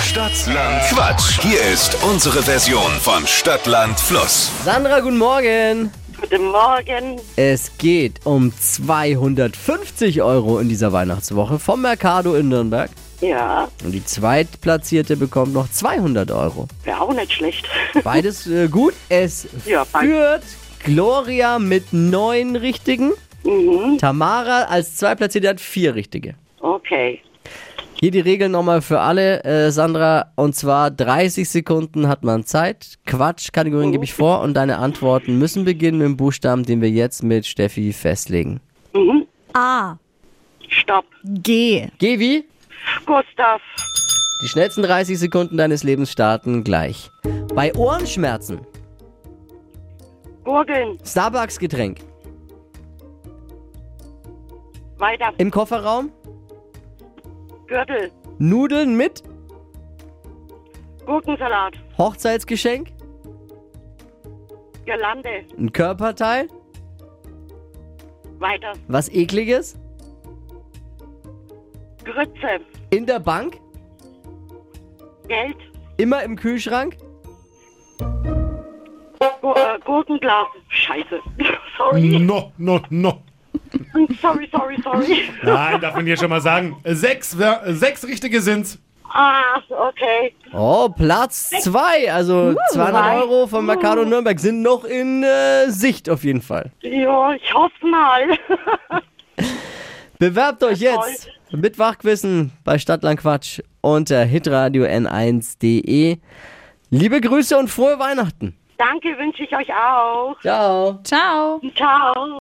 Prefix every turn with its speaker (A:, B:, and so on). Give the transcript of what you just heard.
A: Stadtland Quatsch. Hier ist unsere Version von Stadtland Fluss.
B: Sandra, guten Morgen.
C: Guten Morgen.
B: Es geht um 250 Euro in dieser Weihnachtswoche vom Mercado in Nürnberg.
C: Ja,
B: Und die Zweitplatzierte bekommt noch 200 Euro.
C: wäre auch nicht schlecht.
B: Beides äh, gut. Es
C: Ja, fein.
B: führt Gloria mit neun Richtigen.
C: Mhm,
B: Tamara als Zweitplatzierte hat vier Richtige.
C: okay.
B: Hier die Regeln nochmal für alle, äh, Sandra. Und zwar 30 Sekunden hat man Zeit. Quatsch, Kategorien gebe
C: Mhm.
B: ich vor und deine Antworten müssen beginnen mit dem Buchstaben, den wir jetzt mit Steffi festlegen.
D: A.
C: Stopp.
D: G.
B: Geh wie?
C: Gustav.
B: Die schnellsten 30 Sekunden deines Lebens starten gleich. Bei Ohrenschmerzen,
C: Gurgeln.
B: Starbucks-Getränk,
C: Weiter.
B: im Kofferraum,
C: Gürtel.
B: Nudeln mit,
C: Gurkensalat.
B: Hochzeitsgeschenk,
C: Girlande.
B: ein Körperteil,
C: Weiter.
B: was ekliges,
C: Grütze.
B: in der Bank,
C: Geld.
B: immer im Kühlschrank.
C: Gu äh, Gurkenglas. Scheiße. Sorry.
E: No, no, no.
C: Sorry, sorry, sorry.
E: Nein, darf man hier schon mal sagen. Sechs, Wer- äh, sechs richtige sind's.
C: Ah, okay.
B: Oh, Platz zwei, also 200 Euro von Mercado Nürnberg sind noch in äh, Sicht auf jeden Fall.
C: Ja, ich hoffe mal.
B: Bewerbt euch jetzt mit Wachquissen bei Stadtland Quatsch unter hitradio n1.de. Liebe Grüße und frohe Weihnachten.
C: Danke wünsche ich euch auch.
B: Ciao.
D: Ciao.
C: Ciao.